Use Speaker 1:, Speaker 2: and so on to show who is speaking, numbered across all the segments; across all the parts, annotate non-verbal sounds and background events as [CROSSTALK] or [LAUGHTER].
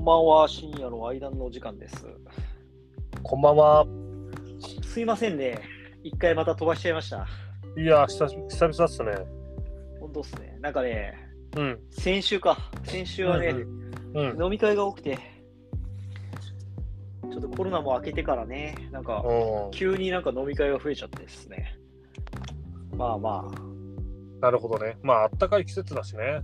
Speaker 1: んばんは、深夜の間のお時間です。
Speaker 2: こんばんは。
Speaker 1: すいませんね、一回また飛ばしちゃいました。
Speaker 2: いや、久し久々っすね。
Speaker 1: 本当っすね。なんかね、
Speaker 2: うん。
Speaker 1: 先週か、先週はね、
Speaker 2: うん。
Speaker 1: 飲み会が多くて、ちょっとコロナも明けてからね、なんか、
Speaker 2: う
Speaker 1: 急になんか飲み会が増えちゃってですね。まあま
Speaker 2: ん、なるほどね。まあ、あったかい季節だしね。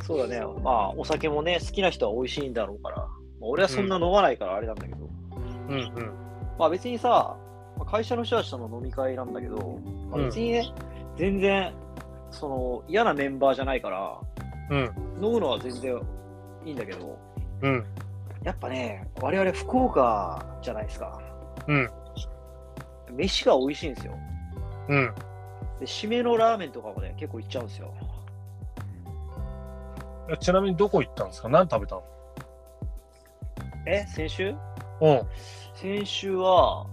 Speaker 1: あ、そうだね、まあ、お酒もね、好きな人は美味しいんだろうから、まあ俺はそんな飲まないからあれなんだけど、
Speaker 2: うんうん。
Speaker 1: まあ別にさ、まあ会社の人たちとの飲み会なんだけど、まあ別にね、全然、その嫌なメンバーじゃないから、
Speaker 2: うん。
Speaker 1: 飲むのは全然いいんだけど、
Speaker 2: うん。
Speaker 1: やっぱね、我々福岡じゃないですか。
Speaker 2: うん。
Speaker 1: 飯が美味しいんですよ。
Speaker 2: うん。
Speaker 1: で、締めのラーメンとかもね、結構行っちゃうんですよ。
Speaker 2: えちなみにどこ行ったんですか何食べたの
Speaker 1: え、先週
Speaker 2: うん。
Speaker 1: 先週は、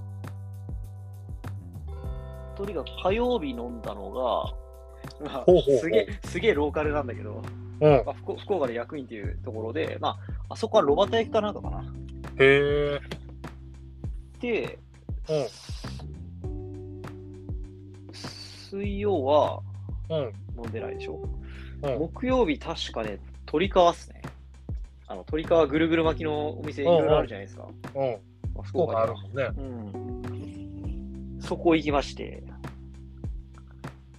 Speaker 1: とにかく火曜日飲んだのが、まあ
Speaker 2: ほうほうほう
Speaker 1: すげえ、すげえローカルなんだけど、
Speaker 2: うん。
Speaker 1: まあ、福福岡で役員っていうところで、まあ、あそこは炉端焼きかなんかかな。
Speaker 2: へえ。
Speaker 1: で、
Speaker 2: うん
Speaker 1: 水曜は
Speaker 2: うん。
Speaker 1: 飲んでないでしょ、
Speaker 2: うん
Speaker 1: 木曜日確かね、鶏皮っすね。あの鶏皮ぐるぐる巻きのお店い
Speaker 2: うんうん
Speaker 1: ろいろあるじゃないですか。
Speaker 2: うん。
Speaker 1: まあ
Speaker 2: 福岡ある
Speaker 1: に
Speaker 2: もんね。
Speaker 1: はうん。そこ行きまして。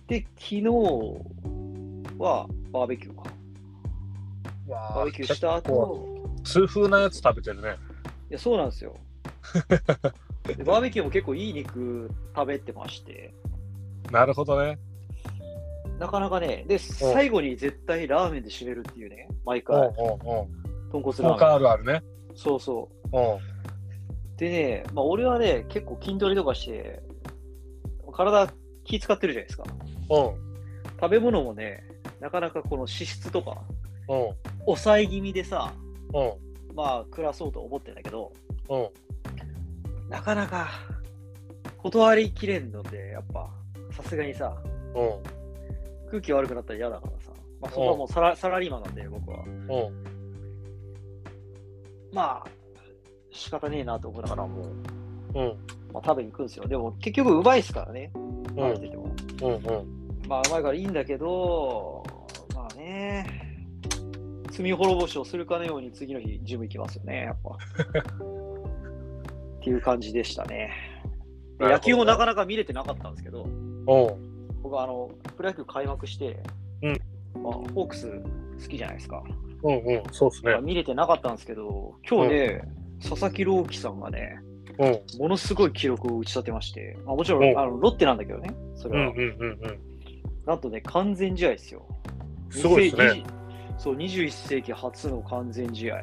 Speaker 1: で、昨日はバーベキューか。バ
Speaker 2: わ
Speaker 1: ー
Speaker 2: あ
Speaker 1: ベキューした
Speaker 2: 結構
Speaker 1: 後、
Speaker 2: 痛風なやつ食べてるね。
Speaker 1: いや、そうなんです
Speaker 2: [LAUGHS]
Speaker 1: よ。でバーベキューも結構いい肉食べてまして、
Speaker 2: なるほどね。
Speaker 1: なかなかね、で、最後に絶対ラーメンで締めるっていうね、毎
Speaker 2: うんうん
Speaker 1: 回、
Speaker 2: うん。
Speaker 1: 豚骨
Speaker 2: 福
Speaker 1: ラー
Speaker 2: 岡
Speaker 1: メ
Speaker 2: あるあるね。
Speaker 1: ン。そうそう。
Speaker 2: う
Speaker 1: でね、まあ、俺はね、結構筋トレとかして、体気使ってるじゃないですか。
Speaker 2: ん。うん。
Speaker 1: 食べ物もね、なかなかこの脂質とか、
Speaker 2: うん。
Speaker 1: 抑え気味でさ、
Speaker 2: うん。
Speaker 1: まあ、暮らそうと思ってんだけど、
Speaker 2: うん。
Speaker 1: なかなか断りきれんので、やっぱ、さすがにさ、
Speaker 2: うん。
Speaker 1: 空気悪くなったら嫌だからさ、まあ、そこはもうサラサラリーマンなんで、僕は。
Speaker 2: うん。
Speaker 1: まあ、仕方ねえなと思いながらもう、
Speaker 2: うん。
Speaker 1: まあ、食べに行くんですよ。でも、結局、うまいっすからね、
Speaker 2: う
Speaker 1: 食べ
Speaker 2: ん。
Speaker 1: てても。
Speaker 2: うん。うん。
Speaker 1: まあ、うまいからいいんだけど、まあね、罪滅ぼしをするかのように次の日、ジム行きますよね、やっぱ。っていう感じでしたね。で
Speaker 2: なるほど
Speaker 1: 野球もなかなか見れてなかったんですけど、
Speaker 2: うん。
Speaker 1: 僕はあの、プロ野球開幕して、
Speaker 2: うん
Speaker 1: まあ、ホークス好きじゃないですか。
Speaker 2: うん。うん。そうっすね。
Speaker 1: 見れてなかったんですけど、今日ね、佐々木朗希さんがね、
Speaker 2: うん。
Speaker 1: ものすごい記録を打ち立てまして、まあ、もちろん、
Speaker 2: うん
Speaker 1: あのロッテなんだけどね、そ
Speaker 2: うん。う
Speaker 1: れは。
Speaker 2: ん。うん。
Speaker 1: なんとね、完全試合ですよ。
Speaker 2: うん。すごいっすね。
Speaker 1: 20そう、21世紀初の完全試合。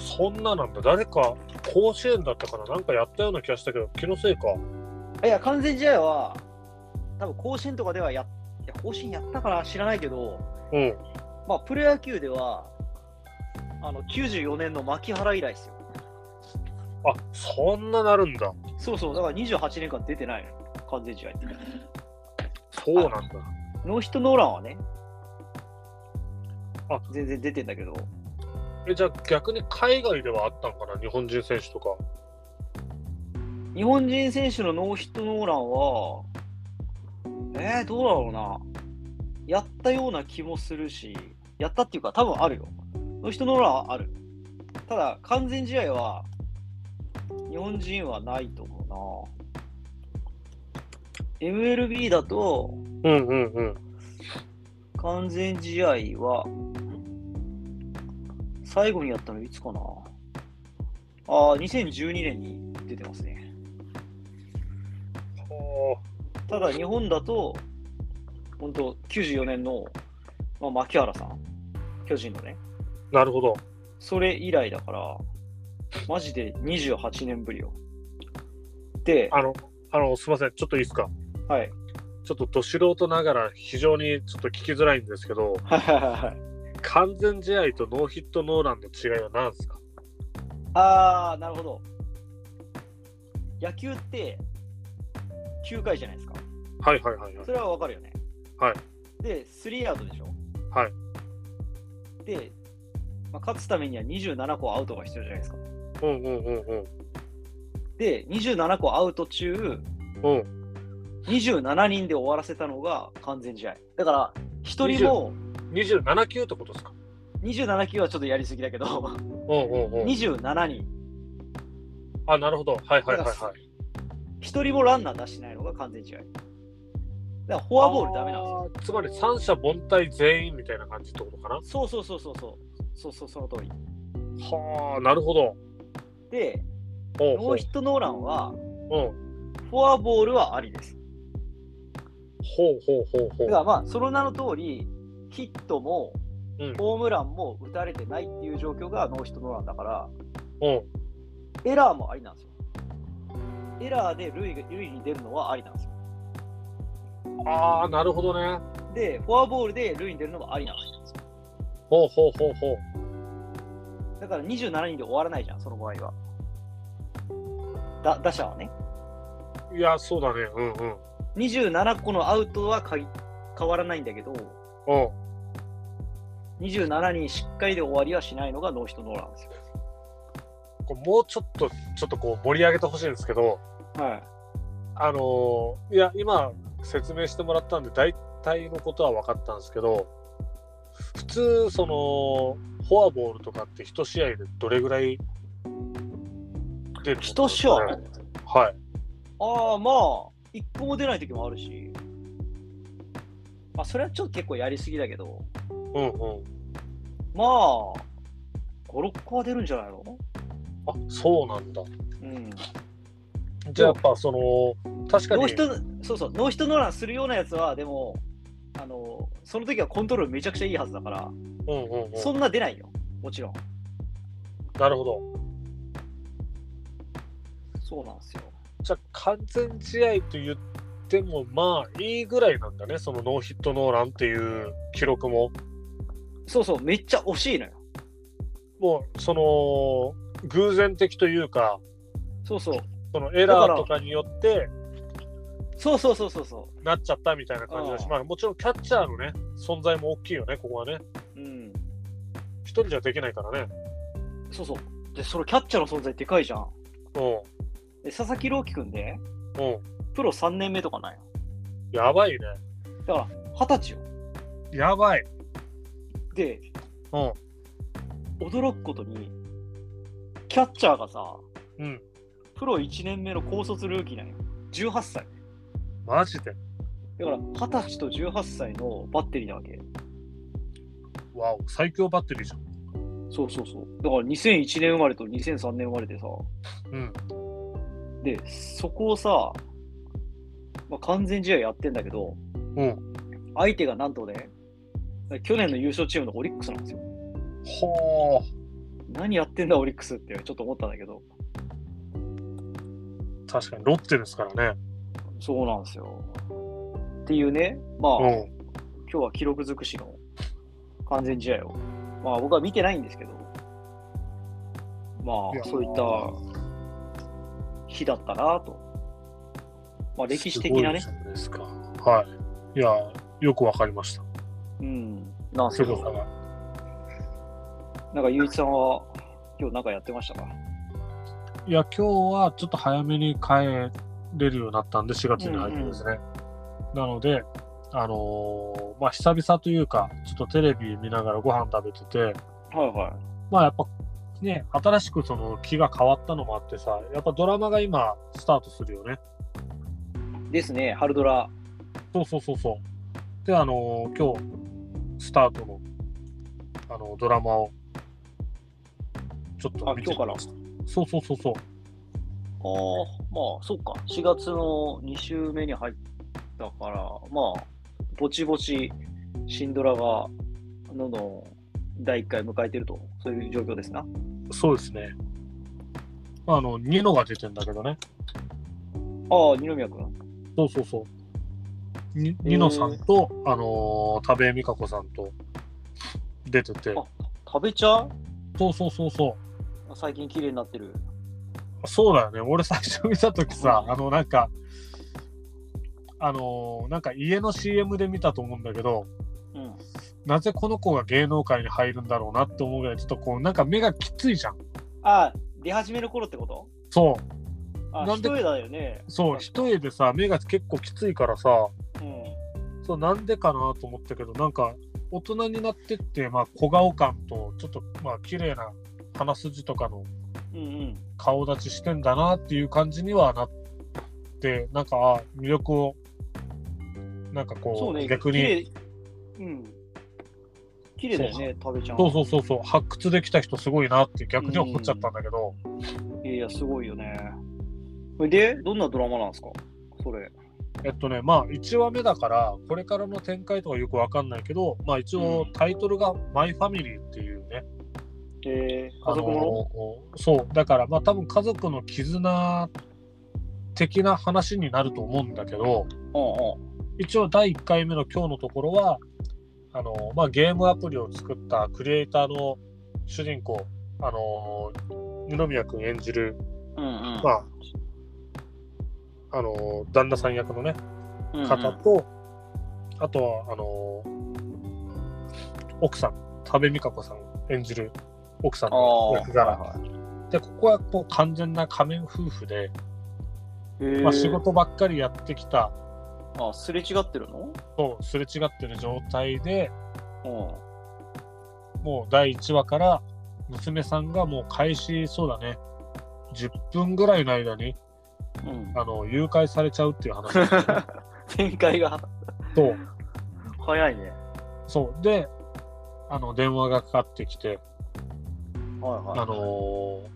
Speaker 2: そんななんだ誰か甲子園だったかななんかやったような気がしたけど気のせいか
Speaker 1: いや、完全試合は、多分甲子園とかではやっ、いや甲子園やったから知らないけど、
Speaker 2: うん
Speaker 1: まあ、プロ野球では、あの94年の牧原以来ですよ。
Speaker 2: あそんななるんだ
Speaker 1: そうそう、だから28年間出てないの、完全試合って。
Speaker 2: そうなんだ
Speaker 1: ノーヒットノーランはね、
Speaker 2: あ
Speaker 1: 全然出てんだけど、
Speaker 2: えじゃあ逆に海外ではあったのかな日本人選手とか
Speaker 1: 日本人選手のノーヒットノーランは、えー、どうだろうな、やったような気もするし、やったっていうか、多分あるよ。ノーヒットノーランはある。ただ、完全試合は、日本人はないと思うな。MLB だと、
Speaker 2: うんうんうん
Speaker 1: 完全試合は、最後にやったのいつかなああ、2012年に出てますね。
Speaker 2: は
Speaker 1: ただ日本だと、本当94年の、まあ、牧原さん、巨人のね、
Speaker 2: あなるほど
Speaker 1: それ以来だから、マジで28年ぶりよ。で、
Speaker 2: あのあのすいませんちょっといいですか
Speaker 1: はい。
Speaker 2: ちょっとど素人ながら非常にちょっと聞きづらいんですけど
Speaker 1: はいはいはいはい。
Speaker 2: 完全試合とノーヒットノーランの違いは何ですか
Speaker 1: ああ、なるほど。野球って、9回じゃないですか。
Speaker 2: はいはいはいはい
Speaker 1: それはわかるよね。。
Speaker 2: はい
Speaker 1: で、スリーアウトでしょ。
Speaker 2: はい。
Speaker 1: で、まあ、勝つためには27個アウトが必要じゃないですか。
Speaker 2: うんうんうんうん。
Speaker 1: で、27個アウト中、
Speaker 2: うん。
Speaker 1: 27人で終わらせたのが完全試合。だから、1人も
Speaker 2: 27球ってことですか
Speaker 1: 27球はちょっとやりすぎだけど、
Speaker 2: うんうんうん。
Speaker 1: 27人、
Speaker 2: あ、なるほど。はいはいはいはい。
Speaker 1: 1人もランナー出してないのが完全試合。だから、フォアボールダメなんですよ。
Speaker 2: ですよ。つまり三者凡退全員みたいな感じってことかな。
Speaker 1: そうそうそうそうそう。そうそう、その通り。
Speaker 2: はあ、なるほど。
Speaker 1: で、
Speaker 2: おう
Speaker 1: ノーヒットノーランは、
Speaker 2: ほううん。
Speaker 1: フォアボールはありです。
Speaker 2: ほうほうほうほ
Speaker 1: だ
Speaker 2: う。
Speaker 1: からまあ、その名の通り、ヒットも
Speaker 2: うん
Speaker 1: ホームランも打たれてないっていう状況がノーヒットノーランだから、
Speaker 2: うん。
Speaker 1: エラーもありなんですよ。エラーで塁が塁に出るのはありなんですよ。
Speaker 2: ああ、なるほどね。
Speaker 1: で、フォアボールで塁に出るのもありなんですよ。
Speaker 2: ほうほうほうほう。
Speaker 1: だから27人で終わらないじゃん、その場合は。だ打者はね。
Speaker 2: いや、そうだね。うんうん。
Speaker 1: 27個のアウトはかい変わらないんだけど、
Speaker 2: うん。
Speaker 1: 27人しっかりで終わりはしないのがノーヒットノーランですよ。
Speaker 2: こうもうちょっと、ちょっとこう盛り上げてほしいんですけど、
Speaker 1: はい。
Speaker 2: あのーいや、今説明してもらったんで、大体のことは分かったんですけど、普通、その、フォアボールとかって一試合でどれぐらい出るの
Speaker 1: 一試合
Speaker 2: はい。
Speaker 1: ああ、まあ、一個も出ない時もあるし、まあ、それはちょっと結構やりすぎだけど、
Speaker 2: うんうん。
Speaker 1: まあ、5、6個は出るんじゃないの
Speaker 2: あ、そうなんだ。
Speaker 1: うん。
Speaker 2: じゃあやっぱその、確か
Speaker 1: ノー
Speaker 2: に
Speaker 1: ヒッ、ト、そうそう、ノーヒットノーランするようなやつは、でも、あの、その時はコントロールめちゃくちゃいいはずだから、
Speaker 2: うんうんうん、
Speaker 1: そんな出ないよ、もちろん。
Speaker 2: なるほど。
Speaker 1: そうなんですよ。
Speaker 2: じゃあ完全試合と言っても、まあいいぐらいなんだね、そのノーヒットノーランっていう記録も。
Speaker 1: そうそう、めっちゃ惜しいのよ。
Speaker 2: もう、その、偶然的というか、
Speaker 1: そうそう。
Speaker 2: そのエラーとかによって
Speaker 1: そうそうそうそうそ
Speaker 2: なっちゃったみたいな感じだし、
Speaker 1: うん
Speaker 2: まあ、もちろんキャッチャーのね、存在も大きいよね、ここはね。
Speaker 1: う。うん。
Speaker 2: 一人じゃできないからね。
Speaker 1: そうそう。で、そのキャッチャーの存在でかいじゃん。
Speaker 2: う
Speaker 1: で、佐々木朗希くんで、
Speaker 2: ん。うん。
Speaker 1: プロ3年目とかなんよ。
Speaker 2: やばいね。
Speaker 1: だから、二十歳よ。
Speaker 2: やばい。
Speaker 1: で、
Speaker 2: うん。
Speaker 1: 驚くことに、キャッチャーがさ、
Speaker 2: うん。
Speaker 1: プロ1年目の高卒ルーキーなんよ。18歳。
Speaker 2: マジで。
Speaker 1: だから、20歳と18歳のバッテリーなわけ。
Speaker 2: わお、最強バッテリーじゃん。
Speaker 1: そうそうそう。だから、2001年生まれと2003年生まれでさ、
Speaker 2: うん。
Speaker 1: で、そこをさ、まあ、完全試合やってんだけど、
Speaker 2: うん。
Speaker 1: 相手がなんとね、去年の優勝チームのオリックスなんですよ。
Speaker 2: ほ
Speaker 1: 何やってんだ、オリックスってちょっと思ったんだけど、
Speaker 2: ー。確かにロッテですからね。
Speaker 1: そうなんですよ。っていうね、まあ、
Speaker 2: うん。
Speaker 1: 今日は記録尽くしの完全試合を、まあ僕は見てないんですけど、ま
Speaker 2: いや
Speaker 1: あそういった日だったなと。まあ歴史的なね
Speaker 2: す、ごいですか。はい。いや、よくわかりました。
Speaker 1: うん、なんです
Speaker 2: す
Speaker 1: け
Speaker 2: ごさ
Speaker 1: ど、
Speaker 2: が。
Speaker 1: なんかゆういちさんは今日なんかやってましたか
Speaker 2: いや、今日はちょっと早めに帰れるようになったんで、4月に入ってですね。なので、あのーまあ、久々というか、ちょっとテレビ見ながらご飯食べてて、
Speaker 1: はいはい。
Speaker 2: まあ、やっぱね、新しくその気が変わったのもあってさ、やっぱドラマが今、スタートするよね。
Speaker 1: ですね、春ドラ。
Speaker 2: そうそうそうそう。で、あのー今日、スタートの、あのドラマを、ちょっと見てきました。そうそうそうそう。
Speaker 1: ああ、まあそっか、4月の2週目に入ったから、まあ、ぼちぼち新ドラがどんどん第1回迎えてると、そういう状況ですな。
Speaker 2: そうですね。まあ、あの、ニノが出てんだけどね。
Speaker 1: ああ、二宮君。
Speaker 2: そうそうそう。にニノさんと、あのー、田部美香子さんと出てて
Speaker 1: あ。食べちゃう
Speaker 2: そうそうそうそう。
Speaker 1: 最近綺麗になってる。
Speaker 2: そうだよね。俺最初見た時さ、
Speaker 1: うん
Speaker 2: あの、なんか、あのーなんか家の CM で見たと思うんだけど、
Speaker 1: うん。
Speaker 2: なぜこの子が芸能界に入るんだろうなって思うぐらいちょっとこうなんか目がきついじゃん
Speaker 1: あ、出始める頃ってこと
Speaker 2: そう
Speaker 1: あ、
Speaker 2: なん
Speaker 1: 一
Speaker 2: で
Speaker 1: 重だよね。
Speaker 2: そう一重でさ目が結構きついからさ
Speaker 1: うん。
Speaker 2: そうなんでかなと思ったけどなんか大人になってって、まあ、小顔感とちょっとまあ綺麗な鼻筋とかの
Speaker 1: うんうん。
Speaker 2: 顔立ちしてんだなっていう感じにはなってなんかあ魅力をなんか
Speaker 1: そ
Speaker 2: こ
Speaker 1: う
Speaker 2: う
Speaker 1: ね。
Speaker 2: 逆
Speaker 1: 綺
Speaker 2: に
Speaker 1: 麗うん。綺麗だよね、食べちゃん。
Speaker 2: そうそうそうそう発掘できた人すごいなって逆に思っちゃったんだけど、
Speaker 1: いやいや、すごいよね。で、どんなドラマなんですかそれ。
Speaker 2: えっとねまあ1話目だからこれからの展開とかよくわかんないけどまあ一応
Speaker 1: うん
Speaker 2: タイトルが「マイファミリー」っていうね、
Speaker 1: えー、家族もの、
Speaker 2: のそうだからまあ多分家族の絆的な話になると思うんだけど、
Speaker 1: うん
Speaker 2: 一応第1回目の今日のところはあの、まあ、ゲームアプリを作ったクリエイターの主人公あの二宮君演じる、
Speaker 1: うん。うんうん。
Speaker 2: まあ、あの旦那さん役のね
Speaker 1: うんうん
Speaker 2: 方と、あとはあの奥さん多部未華子さん演じる奥さん
Speaker 1: あ
Speaker 2: の
Speaker 1: ー
Speaker 2: 役柄
Speaker 1: はいはい
Speaker 2: でここはこう完全な仮面夫婦で、
Speaker 1: えー
Speaker 2: まあ、仕事ばっかりやってきた
Speaker 1: あ、すれ違ってるの
Speaker 2: とすれ違ってる状態で
Speaker 1: うん。
Speaker 2: もう第1話から娘さんがもう開始そうだね10分ぐらいの間に
Speaker 1: うん、
Speaker 2: あの誘拐されちゃうってい
Speaker 1: [LAUGHS]
Speaker 2: う話なんですよね
Speaker 1: 展開が
Speaker 2: そう
Speaker 1: 早いね。
Speaker 2: そうであの電話がかかってきて
Speaker 1: はいはい。
Speaker 2: あのー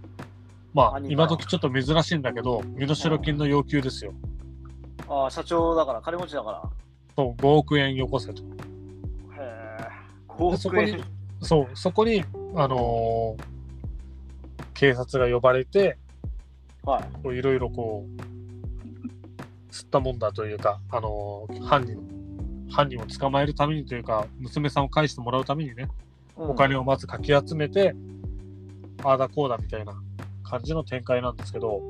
Speaker 2: まあ
Speaker 1: 兄から
Speaker 2: 今時ちょっと珍しいんだけど身代金の要求ですよ
Speaker 1: あー社長だから、金持ちだか
Speaker 2: そう5億円よこせと
Speaker 1: ら。へえ。
Speaker 2: で
Speaker 1: 5
Speaker 2: そ
Speaker 1: 億
Speaker 2: こに
Speaker 1: 円。
Speaker 2: そうそこにあのー警察が呼ばれて
Speaker 1: はい。
Speaker 2: こういろいろこう吸ったもんだというか、あのー犯人犯人を捕まえるためにというか娘さんを返してもらうためにねお
Speaker 1: お
Speaker 2: 金をまずかき集めて、ああだこうだみたいな感じの展開なんですけど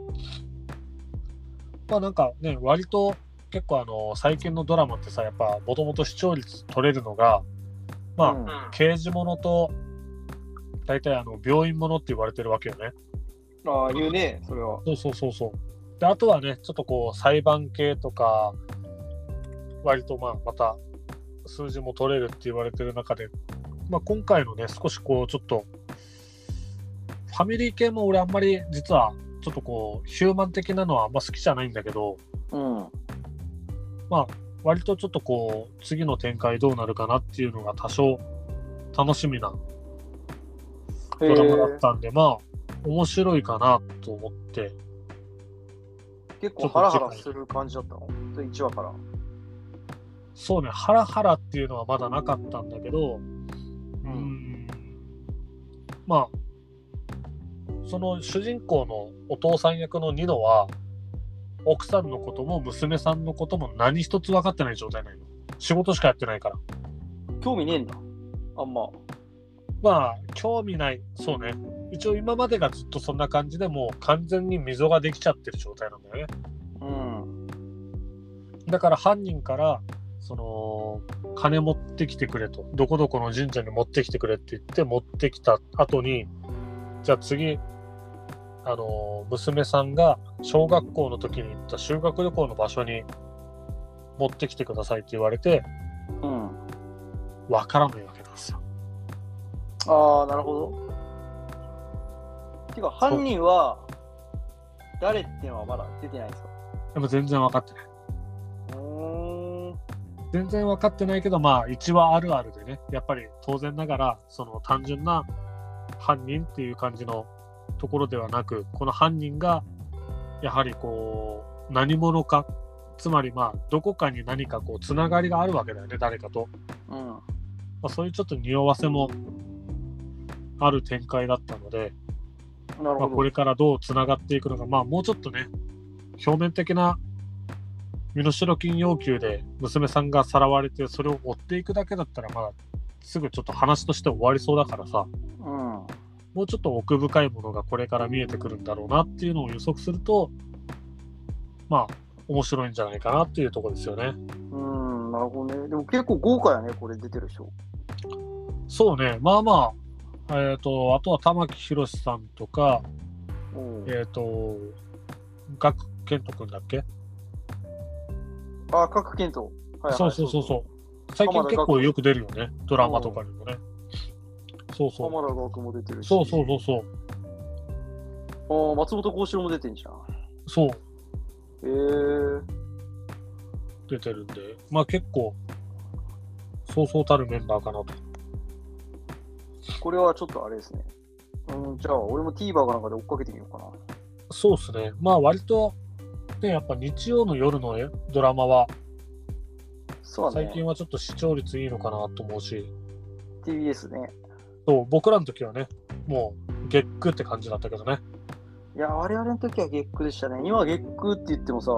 Speaker 2: まあなんかね割と結構あのー最近のドラマってさやっぱもともと視聴率取れるのがまあ、
Speaker 1: あ、
Speaker 2: 刑事ものと大体あの病院ものって言われてるわけよね。
Speaker 1: ああ、言うね、それは。
Speaker 2: そうそうそうそう。で、あとはね、ちょっとこう、裁判系とか、割とまあ、また、数字も取れるって言われてる中で、まあ、今回のね、少しこう、ちょっと、ファミリー系も俺あんまり、実は、ちょっとこう、ヒューマン的なのはあんま好きじゃないんだけど、
Speaker 1: うん。
Speaker 2: 割とちょっとこう、次の展開どうなるかなっていうのが多少楽しみなドラマだったんで、まあ、面白いかなと思って、
Speaker 1: 結構ハラハラする感じだったの ?1 話から。
Speaker 2: そうね、ハラハラっていうのはまだなかったんだけど、
Speaker 1: う
Speaker 2: う、
Speaker 1: ん
Speaker 2: まあ、その主人公のお父さん役のニノは、奥さんのことも娘さんのことも何一つ分かってない状態なのよ。仕事しかやってないから。
Speaker 1: 興味ねえんだ。あんま。
Speaker 2: まあ、興味ない。そうね。一応今までがずっとそんな感じでもう完全に溝ができちゃってる状態なんだよね。
Speaker 1: うん。
Speaker 2: だから犯人から、その、金持ってきてくれと、どこどこの神社に持ってきてくれって言って持ってきた後に、じゃあ次、あの、娘さんが小学校の時に行った修学旅行の場所に持ってきてくださいって言われて、
Speaker 1: うん。
Speaker 2: わからないわけなんですよ。
Speaker 1: ああ、なるほど。てか、犯人は誰っていうのはまだ出てないんですか
Speaker 2: でも全然わかってない。
Speaker 1: うーん。
Speaker 2: 全然わかってないけど、まあ、一話あるあるでね、やっぱり当然ながら、その単純な犯人っていう感じのところではなく、この犯人が、やはりこう、何者か、つまりまあ、どこかに何かこう、つながりがあるわけだよね、誰かと。
Speaker 1: うん。
Speaker 2: まあ、そういうちょっと匂わせもある展開だったので、
Speaker 1: なる
Speaker 2: まあ、こ
Speaker 1: ほど。
Speaker 2: れからどうつながっていくのか、まあ、もうちょっとね、表面的な身代金要求で娘さんがさらわれて、それを追っていくだけだったら、まだすぐちょっと話として終わりそうだからさ、
Speaker 1: うん。
Speaker 2: もうちょっと奥深いものがこれから見えてくるんだろうなっていうのを予測すると、まあ、面白いんじゃないかなっていうところですよね。
Speaker 1: うん、なるほどね。でも結構豪華やね、これ出てる人。
Speaker 2: そうね、まあまあ、えっ、と、あとは玉木宏さんとか、
Speaker 1: うん
Speaker 2: えっ、と、ガクケント君だっけ、
Speaker 1: あ、各県と。はいはい
Speaker 2: そうそうそうそう。最近
Speaker 1: 鎌田
Speaker 2: 結
Speaker 1: 岳
Speaker 2: 構よく出るよね、ドラマとかにもね。そうそう。
Speaker 1: 浜田岳も出てるし。
Speaker 2: そうそうそうそう。
Speaker 1: う。あー松本幸四郎も出てんじゃん。
Speaker 2: そう、
Speaker 1: えー、
Speaker 2: 出てるんで、まあ結構、そうそうたるメンバーかなと。
Speaker 1: これはちょっとあれですね。うん、じゃあ、俺も TVer かなんかで追っかけてみようかな。
Speaker 2: そうですね。まあ割と、ね、やっぱ日曜の夜のねドラマは、
Speaker 1: そうだ
Speaker 2: 最近
Speaker 1: ね。
Speaker 2: はちょっと視聴率いいのかなと思うし、
Speaker 1: TBS ね。
Speaker 2: そう、僕らの時はね、もう月9って感じだったけどね。
Speaker 1: いや、我々の時は月9でしたね。今月9って言ってもさ、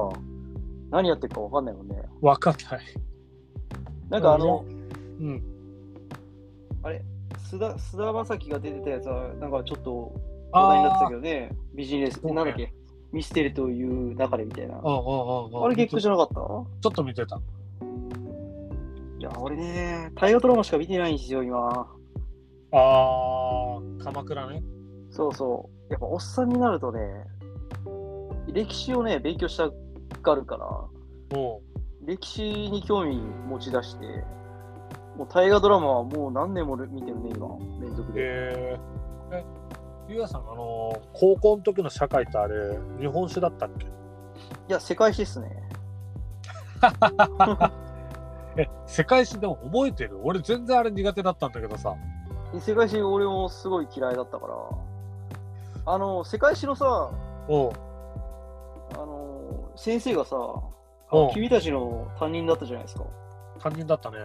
Speaker 1: 何やってるかわかんないもんね。
Speaker 2: わかんない。
Speaker 1: なんかあの、
Speaker 2: うん。
Speaker 1: 須田菅田将暉が出てたやつは、なんかちょっと話題になって
Speaker 2: あ
Speaker 1: た
Speaker 2: あ
Speaker 1: けどね、ビジネス、
Speaker 2: うね
Speaker 1: なんだっけ、ミステリという流れみたいな。
Speaker 2: うんうんうんうん。
Speaker 1: あれ月9じ
Speaker 2: ゃ
Speaker 1: ゃなかった
Speaker 2: ちょっと見てた。
Speaker 1: いや、俺ね、大河ドラマしか見てないんですよ、今。
Speaker 2: あー、鎌倉ね。
Speaker 1: そうそう。やっぱおっさんになるとね、歴史をね、勉強したがるから、
Speaker 2: うん。
Speaker 1: 歴史に興味持ち出して、もう大河ドラマはもう何年も見てるね、今、連続で。
Speaker 2: えー、え、ゆうやさん、あのー高校の時の社会ってあれ、日本史だったっけ
Speaker 1: いや、世界史ですね。
Speaker 2: え、世界史でも覚えてる俺全然あれ苦手だったんだけどさ。
Speaker 1: 世界史、俺もすごい嫌いだったから。あの、世界史のさ、
Speaker 2: うん。
Speaker 1: あの、先生がさ、
Speaker 2: うん。
Speaker 1: 君たちの担任だったじゃないですか。
Speaker 2: 担任だったね。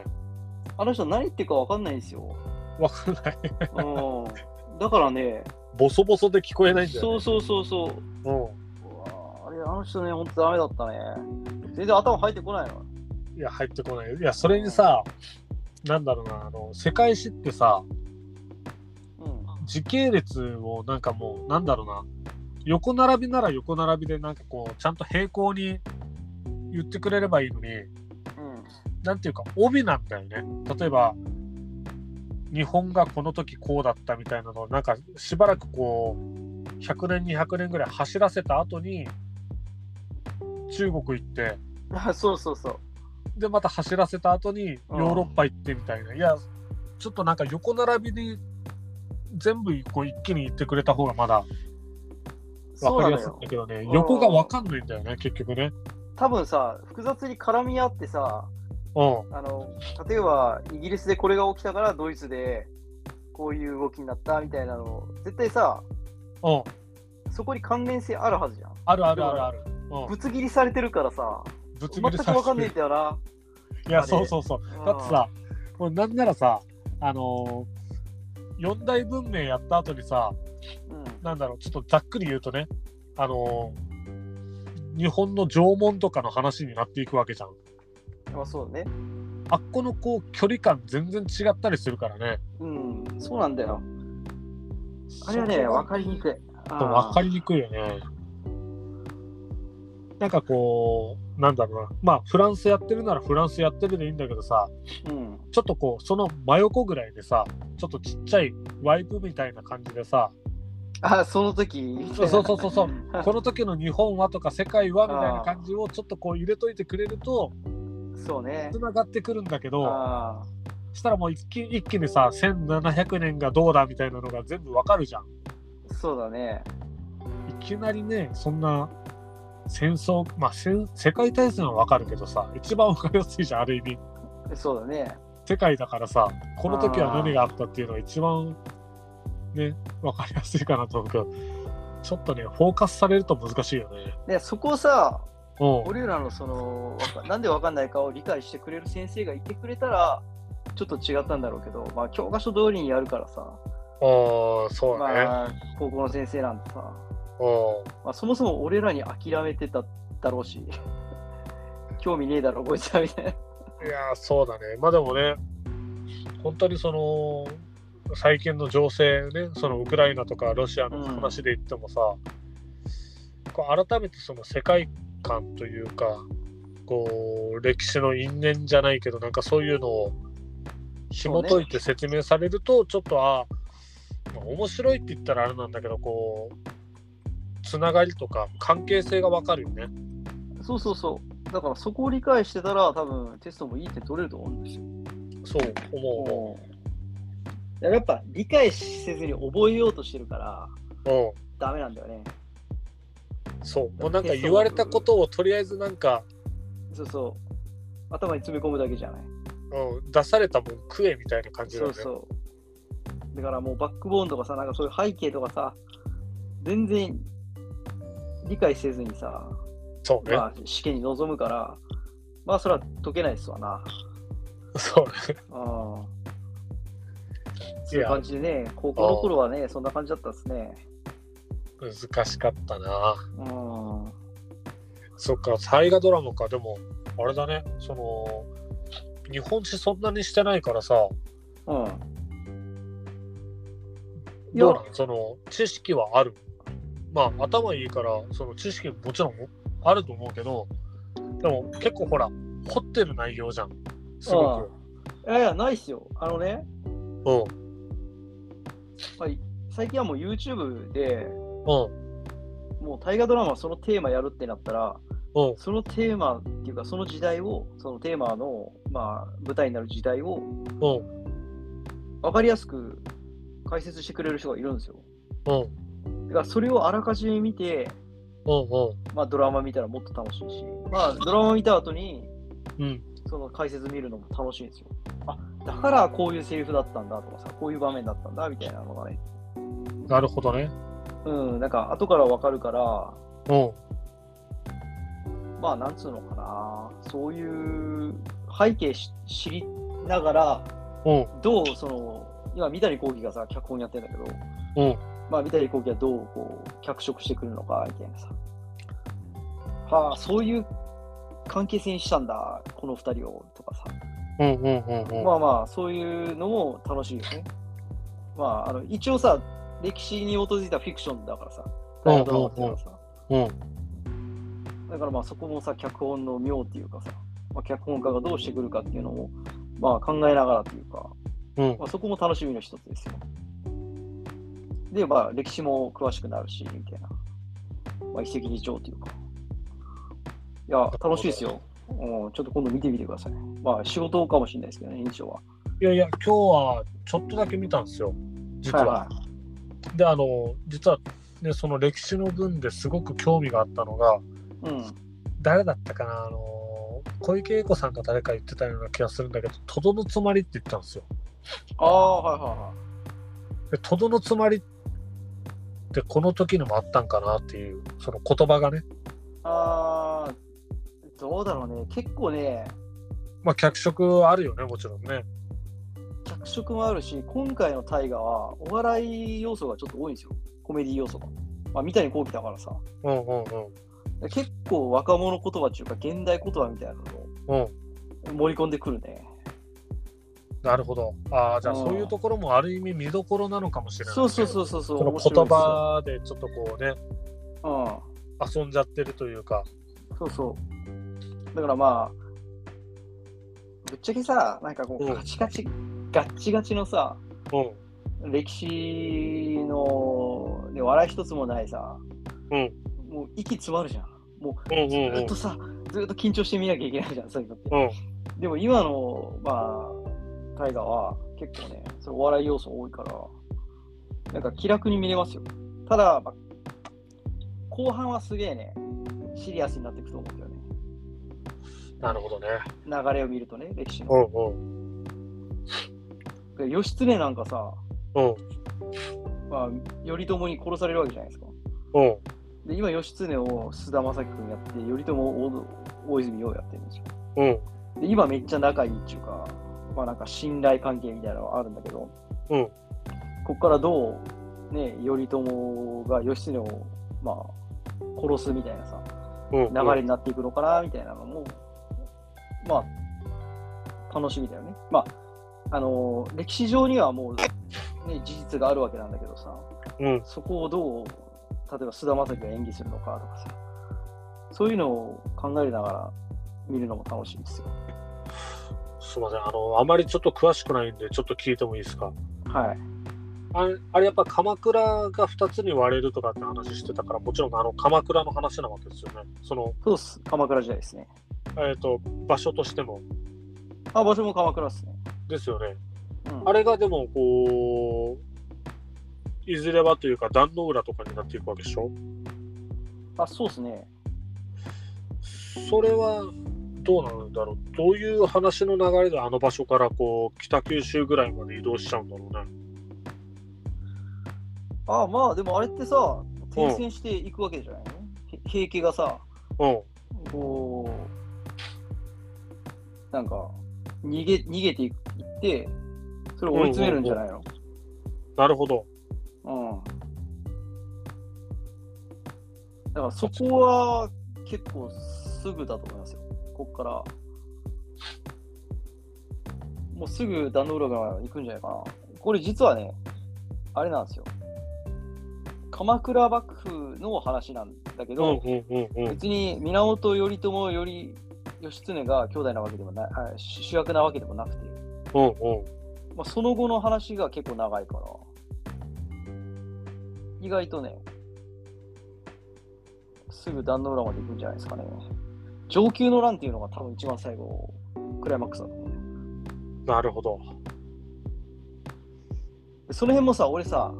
Speaker 1: あの人何言ってるか分かんないんです
Speaker 2: [LAUGHS]
Speaker 1: よ。
Speaker 2: わかんない。
Speaker 1: うん。だからね、
Speaker 2: ボソボソで聞こえないんだよ、
Speaker 1: そ
Speaker 2: ね。
Speaker 1: うそうそうそう。
Speaker 2: そう
Speaker 1: わーあれ、あの人ね、ほんとダメだったね。全然頭入ってこないの。
Speaker 2: うん。いや、入ってこない。いや、それにさ、なんだろうな、あの、世界史ってさ、
Speaker 1: うん。
Speaker 2: 時系列をなんかもう、なんだろうな、横並びなら横並びで、なんかこう、ちゃんと平行に言ってくれればいいのに、
Speaker 1: うん。
Speaker 2: なんていうか帯なんだよね。例えば日本がこの時こうだったみたいなのをなんかしばらくこう100年200年ぐらい走らせた後に中国行って
Speaker 1: あ [LAUGHS] そうそうそう。
Speaker 2: でまた走らせた後にヨーロッパ行ってみたいな、いやちょっとなんか横並びに全部こう一気に行ってくれた方がまだ
Speaker 1: そう
Speaker 2: 分か
Speaker 1: な
Speaker 2: りや
Speaker 1: の
Speaker 2: すい
Speaker 1: よ
Speaker 2: んだ。けどね
Speaker 1: うん
Speaker 2: 横が分かんないんだよね結局ね。
Speaker 1: 多分さ、複雑に絡み合ってさ、
Speaker 2: うん
Speaker 1: あの、例えばイギリスでこれが起きたからドイツでこういう動きになったみたいなの、絶対さ、
Speaker 2: うん、
Speaker 1: そこに関連性あるはずじゃん。
Speaker 2: あるあるあるある。うん、
Speaker 1: ぶつ切りされてるからさ、
Speaker 2: ぶつ
Speaker 1: 全
Speaker 2: 切
Speaker 1: く
Speaker 2: りさ
Speaker 1: 分かん
Speaker 2: せ
Speaker 1: ない
Speaker 2: て
Speaker 1: んだよな。
Speaker 2: いやそうそうそう
Speaker 1: うん
Speaker 2: だってさ、もうなんならさ、あのー、四大文明やった後にさ、
Speaker 1: うん、
Speaker 2: なんだろう、ちょっとざっくり言うとね、あのー、日本の縄文とかの話になっていくわけじゃん。
Speaker 1: まあそうだね。
Speaker 2: あっこのこう距離感全然違ったりするからね。
Speaker 1: うん、そうなんだよ。あれはね、分かりにくい。
Speaker 2: そこがわかりにくいよね。なんかこう、なんだろうな、まあフランスやってるならフランスやってるでいいんだけどさ、
Speaker 1: りうん。
Speaker 2: ちょっとこう、その真横ぐらいでさ、ちょっとちっちゃいワイプみたいな感じでさ、
Speaker 1: あ、その時
Speaker 2: そうそうそうそうそう [LAUGHS] この時の日本はとか世界はみたいな感じをちょっとこう入れといてくれると
Speaker 1: [LAUGHS] そうね。
Speaker 2: 繋がってくるんだけど
Speaker 1: あ
Speaker 2: したらもう一気一気にさ1700年がどうだみたいなのが全部わかるじゃん
Speaker 1: ーそうだね。
Speaker 2: いきなりねそんな戦争まあ戦世界大戦はわかるけどさ一番わかりやすいじゃんある意味
Speaker 1: そうだね。
Speaker 2: 世界だからさこの時は何があったっていうのが一番ねわかりやすいかなと思うけどちょっとねフォーカスされると難しいよね
Speaker 1: で、そこをさ、
Speaker 2: うん
Speaker 1: 俺らのその、わかなんで分かんないかを理解してくれる先生がいてくれたら、ちょっと違ったんだろうけど、まあ、教科書通りにやるからさ、
Speaker 2: ああそ
Speaker 1: まあ、高校の先生なんてさ、
Speaker 2: うん
Speaker 1: まあ、そもそも俺らに諦めてただろうし、 [LAUGHS] 興味ねえだろ、こいつはみたいな。
Speaker 2: いやーそうだねまあでもね本当にその最近の情勢ねそのウクライナとかロシアの話で言ってもさ、こう改めてその世界観というかこう歴史の因縁じゃないけどなんかそういうのを紐解いて説明されると、ちょっと、あーまあ、面白いって言ったらあれなんだけど、こう、つながりとか関係性がわかるよね。
Speaker 1: そうそうそう。だからそこを理解してたら、多分テストもいい点取れると思うんですよ。
Speaker 2: そう、思
Speaker 1: だからやっぱ理解せずに覚えようとしてるから、
Speaker 2: う。うん。
Speaker 1: ダメなんだよね。
Speaker 2: そう。もうなんか言われたことをとりあえずなんか、
Speaker 1: そうそう。頭に詰め込むだけじゃない。
Speaker 2: うん、出されたもん食えみたいな感じだ
Speaker 1: そ
Speaker 2: よ
Speaker 1: う
Speaker 2: ね。
Speaker 1: そう。だからもうバックボーンとかさ、なんかそういう背景とかさ、全然理解せずにさ、
Speaker 2: そうね。
Speaker 1: まあ、試験に臨むから、まあそれは解けないっすわな。
Speaker 2: そうね。
Speaker 1: あ
Speaker 2: い
Speaker 1: そういう
Speaker 2: や
Speaker 1: 感、じでね、高校の頃はね、そんな感じだったっすね。
Speaker 2: 難しかったな。
Speaker 1: うん。
Speaker 2: そっか、大河ドラマか。でも、あれだね。その、日本史そんなにしてないからさ、
Speaker 1: うん。いや
Speaker 2: どうなのその、知識はある。まあ、頭いいから、その知識もちろんあると思うけど、でも結構ほら、凝ってる内容じゃん。すご
Speaker 1: いやいや、ないっすよ。あのね、
Speaker 2: く。うん。
Speaker 1: はい、最近はもう YouTube で、
Speaker 2: うん。
Speaker 1: もう大河ドラマそのテーマやるってなったら、
Speaker 2: うん。
Speaker 1: そのテーマっていうか、その時代を、そのテーマの、まあ、舞台になる時代を、
Speaker 2: うん。
Speaker 1: 分かりやすく解説してくれる人がいるんですよ。
Speaker 2: うん。
Speaker 1: だから、それをあらかじめ見て、
Speaker 2: うん。
Speaker 1: まあ、ドラマ見たらもっと楽しいし、まあ、ドラマ見た後に、
Speaker 2: うん。うん。
Speaker 1: その解説見るのも楽しいんですよ。あ、だからこういうセリフだったんだとかさ、こういう場面だったんだみたいなのがね、
Speaker 2: なるほどね。
Speaker 1: うん、なんか後から分かるから、
Speaker 2: うん。
Speaker 1: まあなんつうのかな、そういう背景し知りながら、
Speaker 2: うん。
Speaker 1: どうその、今三谷幸喜がさ、脚本やってんだけど、
Speaker 2: うん
Speaker 1: まあ三谷幸喜はどうこう脚色してくるのかみたいなさ、はあ、そういう関係性にしたんだ、この二人をとかさ、
Speaker 2: うん。うん。うん。うん。
Speaker 1: まあまあそういうのも楽しいよね。まああの一応さ、歴史に基づいたフィクションだからさ、大河ドラマっていうのはさ、
Speaker 2: うん。
Speaker 1: だからまあそこもさ、脚本の妙っていうかさ、まあ、脚本家がどうしてくるかっていうのを、まあ、考えながらというか、
Speaker 2: うん
Speaker 1: まあ、そこも楽しみの一つですよ。で、まあ歴史も詳しくなるし、みたいな。まあ、一石二鳥というか。いや、楽しいですよ。うん、ちょっと今度見てみてください。まあ仕事かもしれないですけどね、印象は。
Speaker 2: いやいや、今日はちょっとだけ見たんですよ、実は。
Speaker 1: はいはい
Speaker 2: で、あの、実は、ね、その歴史の分ですごく興味があったのが、
Speaker 1: うん。
Speaker 2: 誰だったかな、あの、小池栄子さんが誰か言ってたような気がするんだけど、とどのつまりって言ったんですよ。
Speaker 1: ああ、はいはいはい。
Speaker 2: で、とどのつまりってこの時にもあったんかなっていう、その言葉がね、
Speaker 1: ああ、どうだろうね。結構ね、
Speaker 2: まあ、脚色あるよね、もちろんね。
Speaker 1: 脚色もあるし、今回の大河はお笑い要素がちょっと多いんですよ。コメディ要素が。まあ、三谷幸喜だからさ。
Speaker 2: うんうんうん。
Speaker 1: 結構若者言葉っていうか、現代言葉みたいなの
Speaker 2: うん、
Speaker 1: を盛り込んでくるね。
Speaker 2: なるほど。ああ、じゃあ
Speaker 1: うん
Speaker 2: そういうところもある意味見どころなのかもしれない。
Speaker 1: そうそうそうそうそう。
Speaker 2: その
Speaker 1: 面白い
Speaker 2: 言
Speaker 1: ですよ
Speaker 2: 葉でちょっとこうね、遊んじゃってるというか。
Speaker 1: うん。そうそう。だからまあ、ぶっちゃけさ、なんかこ
Speaker 2: う
Speaker 1: う、
Speaker 2: ん
Speaker 1: ガチガチ、ガッチガチのさ、
Speaker 2: うん。
Speaker 1: 歴史の、ね、笑い一つもないさ、
Speaker 2: うん
Speaker 1: もう息詰まるじゃん。も
Speaker 2: うん
Speaker 1: うずーっとさ、ずーっと緊張してみなきゃいけないじゃん、そういうのって。
Speaker 2: うん。
Speaker 1: でも今の、まあ、大河は結構ね、そのお笑い要素多いから、なんか気楽に見れますよ。ただ、まあ、後半はすげえね、シリアスになっていくと思うんだよね。
Speaker 2: なるほどね。
Speaker 1: 流れを見るとね、歴史の。
Speaker 2: んうん。
Speaker 1: で義経なんかさ、
Speaker 2: うん
Speaker 1: まあ、頼朝に殺されるわけじゃないですか。
Speaker 2: うん。
Speaker 1: で今、義経を菅田将暉君やって、頼朝を大大泉洋やってるんですよ。
Speaker 2: うん。
Speaker 1: で、今めっちゃ仲いいっていうか、まあなんか信頼関係みたいなのはあるんだけど、
Speaker 2: うん
Speaker 1: こっからどう、ね、頼朝が義経を、まあ、殺すみたいなさ、
Speaker 2: うん。
Speaker 1: 流れになっていくのかな、みたいなのも、まあ、楽しみだよね。まあ、あのー歴史上にはもう、ね、事実があるわけなんだけどさ、
Speaker 2: うん。
Speaker 1: そこをどう、例えば菅田将暉が演技するのかとかさ、そういうのを考えながら見るのも楽しいですよ。
Speaker 2: すいません、あの、あまりちょっと詳しくないんで、ちょっと聞いてもいいですか。
Speaker 1: はい。
Speaker 2: あれ、あれやっぱ鎌倉が2つに割れるとかって話してたから、もちろんあの鎌倉の話なわけですよね。その、
Speaker 1: そうっす。鎌倉時代ですね。
Speaker 2: えっ、と、場所としても。
Speaker 1: あ、場所も鎌倉っすね。
Speaker 2: ですよね。
Speaker 1: うん、
Speaker 2: あれがでも、こう、いずれはというか、壇の浦とかになっていくわけでしょ
Speaker 1: あ、そうっすね。
Speaker 2: それはどうなんだろうどういう話の流れであの場所からこう北九州ぐらいまで移動しちゃうんだろうね。
Speaker 1: あ、まあ、でもあれってさ、転戦していくわけじゃないの、へ平家がさ、
Speaker 2: うん。
Speaker 1: こう、なんか、逃げ、逃げていって、それを追い詰めるんじゃないの
Speaker 2: なるほど。
Speaker 1: うん。だからそこは結構すぐだと思いますよ。こっから。もうすぐ壇ノ浦が行くんじゃないかな。これ実はね、あれなんですよ。鎌倉幕府の話なんだけ
Speaker 2: うん
Speaker 1: ど、
Speaker 2: うんうんうん。
Speaker 1: 別に源頼朝より義経が兄弟なわけでもない、あ主主役なわけでもなくて、
Speaker 2: うんうん。
Speaker 1: まあ、その後の話が結構長いから、意外とね、すぐ壇の浦まで行くんじゃないですかね。上級の乱っていうのが多分一番最後、クライマックスだと思う。
Speaker 2: なるほど。
Speaker 1: でその辺もさ、俺さ、
Speaker 2: う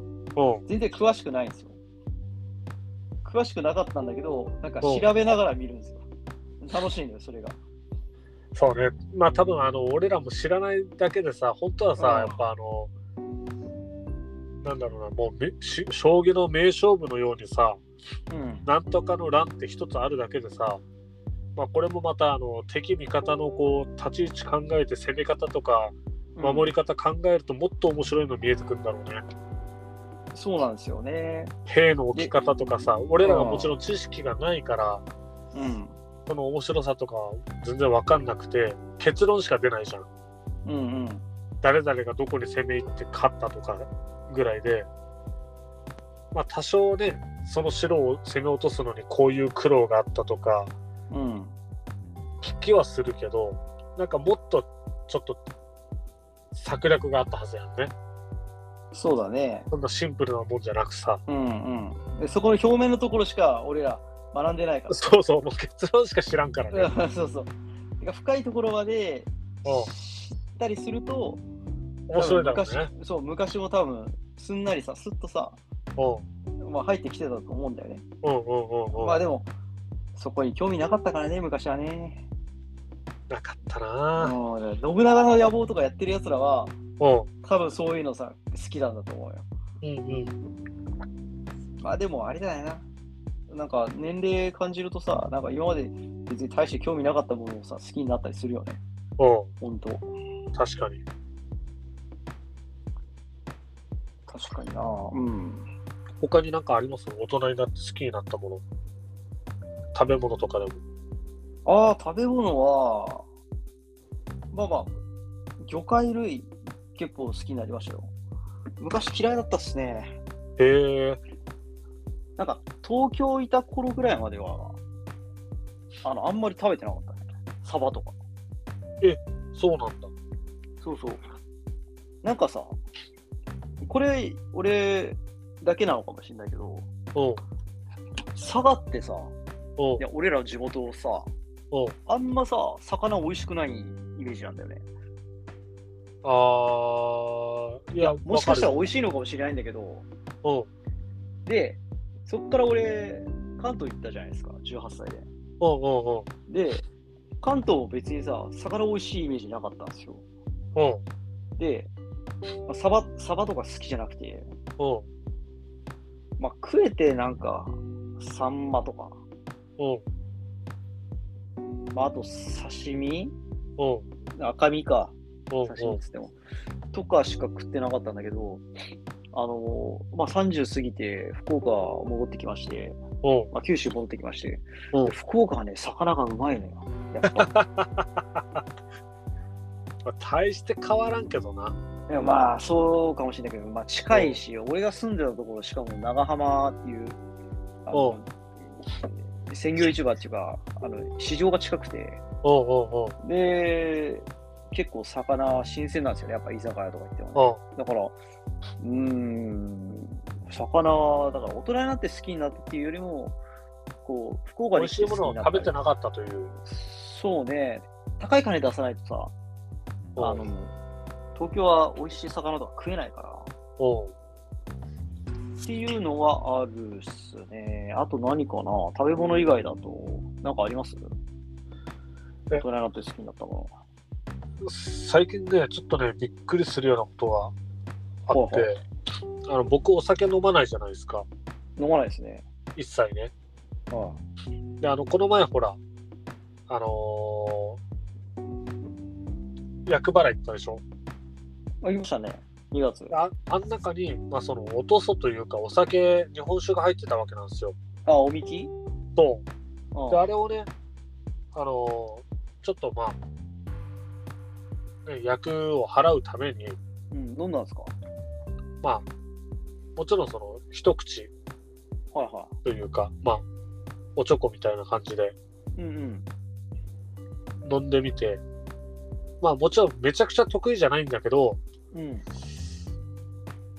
Speaker 2: ん。
Speaker 1: 全然詳しくないんですよ。詳しくなかったんだけど、なんか調べながら見るんですよ。楽しいんだよ、それが。
Speaker 2: そうね。まあ多分あの俺らも知らないだけでさ、本当はさ、
Speaker 1: うん
Speaker 2: やっぱあの、なんだろうな、もうめし将棋の名勝負のようにさ、
Speaker 1: うん。
Speaker 2: なんとかの欄って一つあるだけでさ、まあ、これもまたあの敵味方のこう立ち位置考えて攻め方とか守り方考えるともっと面白いの見えてくるんだろうね。
Speaker 1: そうなんですよね。
Speaker 2: 兵の置き方とかさ、俺らがもちろん知識がないから、
Speaker 1: うん。
Speaker 2: その面白さとか全然わかんなくて、結論しか出ないじゃん。
Speaker 1: うんうん。
Speaker 2: 誰々がどこに攻め入って勝ったとかぐらいで、まあ多少ね、その城を攻め落とすのにこういう苦労があったとか、
Speaker 1: うん。
Speaker 2: 聞きはするけどなんかもっとちょっと策略があったはずやんね
Speaker 1: そうだね。
Speaker 2: そんなシンプルなもんじゃなくさ
Speaker 1: うんうん、でそこの表面のところしか俺ら学んでないか
Speaker 2: そうそうもう結論しか知らんからね、
Speaker 1: ら。そうそう。てか深いところまで
Speaker 2: う
Speaker 1: 知ったりすると、
Speaker 2: ん、面白いだろう
Speaker 1: 昔
Speaker 2: ね
Speaker 1: そう昔も多分すんなりさ、すっとさ、
Speaker 2: う
Speaker 1: まあ、入ってきてたと思うんだよね。
Speaker 2: んうんうんうんうん、
Speaker 1: まあでも、そこに興味なかったからね、昔はね。
Speaker 2: なかった
Speaker 1: う
Speaker 2: なん
Speaker 1: だから信長の野望とかやってるやつらは、
Speaker 2: うん
Speaker 1: 多分そういうのさ、好きなんだと思うよ。
Speaker 2: うんうん
Speaker 1: まあでもあれだよな。なんか年齢感じるとさ、なんか今まで別に大して興味なかったものをさ、好きになったりするよね。
Speaker 2: う
Speaker 1: 本当。
Speaker 2: ん確かに
Speaker 1: 確かにな。うん。
Speaker 2: 他になんかあります大人になって好きになったもの食べ物とかでも
Speaker 1: ああ、食べ物は、まあまあ、魚介類結構好きになりましたよ。昔嫌いだったっすね。
Speaker 2: へえ
Speaker 1: なんか東京いた頃ぐらいまでは、あの、あんまり食べてなかったね。サバとか。
Speaker 2: そうなんだ
Speaker 1: そうそう。なんかさ、これ、俺だけなのかもしれないけど、
Speaker 2: うん
Speaker 1: 佐賀ってさ、
Speaker 2: うん
Speaker 1: いや俺らの地元をさ、
Speaker 2: うん
Speaker 1: あんまさ、魚美味しくないイメージなんだよね。
Speaker 2: あーいや
Speaker 1: もしかしたら
Speaker 2: わ
Speaker 1: 美味しいのかもしれないんだけど、
Speaker 2: かるよ
Speaker 1: で、そっから俺、関東行ったじゃないですか、18歳
Speaker 2: うんうんうん
Speaker 1: で。で、関東も別にさ、魚美味しいイメージなかったんですよ。
Speaker 2: うん
Speaker 1: で、まあサバサバとか好きじゃなくて、
Speaker 2: うんうん
Speaker 1: まあ、食えてなんか、サンマとか、
Speaker 2: うん
Speaker 1: まあ、あと刺身
Speaker 2: うん
Speaker 1: 赤身か、
Speaker 2: うん
Speaker 1: 刺身っつっても。とかしか食ってなかったんだけど、あのまあ、30過ぎて福岡戻ってきまして、
Speaker 2: うん
Speaker 1: まあ、九州戻ってきまして、
Speaker 2: うん
Speaker 1: で福岡はね、魚がうまいのよ。やっ
Speaker 2: [LAUGHS]
Speaker 1: ぱ
Speaker 2: まあ大して変わらんけどな。
Speaker 1: いやまあ、そうかもしれないけど、まあ、近いし、俺が住んでたところ、しかも長浜っていう、あの
Speaker 2: うん
Speaker 1: 鮮魚市場っていうか、あの市場が近くて、
Speaker 2: うんうんうん。
Speaker 1: で、結構魚新鮮なんですよね、やっぱ居酒屋とか行っても、ね。
Speaker 2: あ
Speaker 1: だから、うーん、魚は、だから大人になって好きになったっていうよりも、こう、福岡
Speaker 2: 美
Speaker 1: に
Speaker 2: 味
Speaker 1: 来
Speaker 2: しい
Speaker 1: て好
Speaker 2: も
Speaker 1: き
Speaker 2: のを
Speaker 1: になった
Speaker 2: 食
Speaker 1: り
Speaker 2: べてなかったという。
Speaker 1: そうね、高い金出さないとさ、あの、東京は美味しい魚とか食えないから。
Speaker 2: うんうん
Speaker 1: っていうのはあるっすね。あと何かな食べ物以外だと、なんかあります
Speaker 2: え
Speaker 1: 大人になって好きになったも
Speaker 2: 最近ね、ちょっとね、びっくりするようなことがあって、あの僕、お酒飲まないじゃないですか、
Speaker 1: の。飲まないですね。
Speaker 2: 一切ね。
Speaker 1: は
Speaker 2: で、あの、この前、ほら、あのー、厄払い行ったでしょ
Speaker 1: い。あ、行きましたね。2月。あ
Speaker 2: ああん中に、まあ、その、おとそというか、お酒、日本酒が入ってたわけなんですよ。
Speaker 1: おみき
Speaker 2: と、
Speaker 1: う
Speaker 2: で、
Speaker 1: ん。
Speaker 2: あれをね、あのーちょっとまあ、ね、役を払うために、
Speaker 1: うん、飲んだんですか
Speaker 2: まあ、もちろんその、一口
Speaker 1: はいは
Speaker 2: というか、まあ、おちょこみたいな感じで
Speaker 1: い。うんうん。
Speaker 2: 飲んでみて、まあ、もちろんめちゃくちゃ得意じゃないんだけど、
Speaker 1: うん。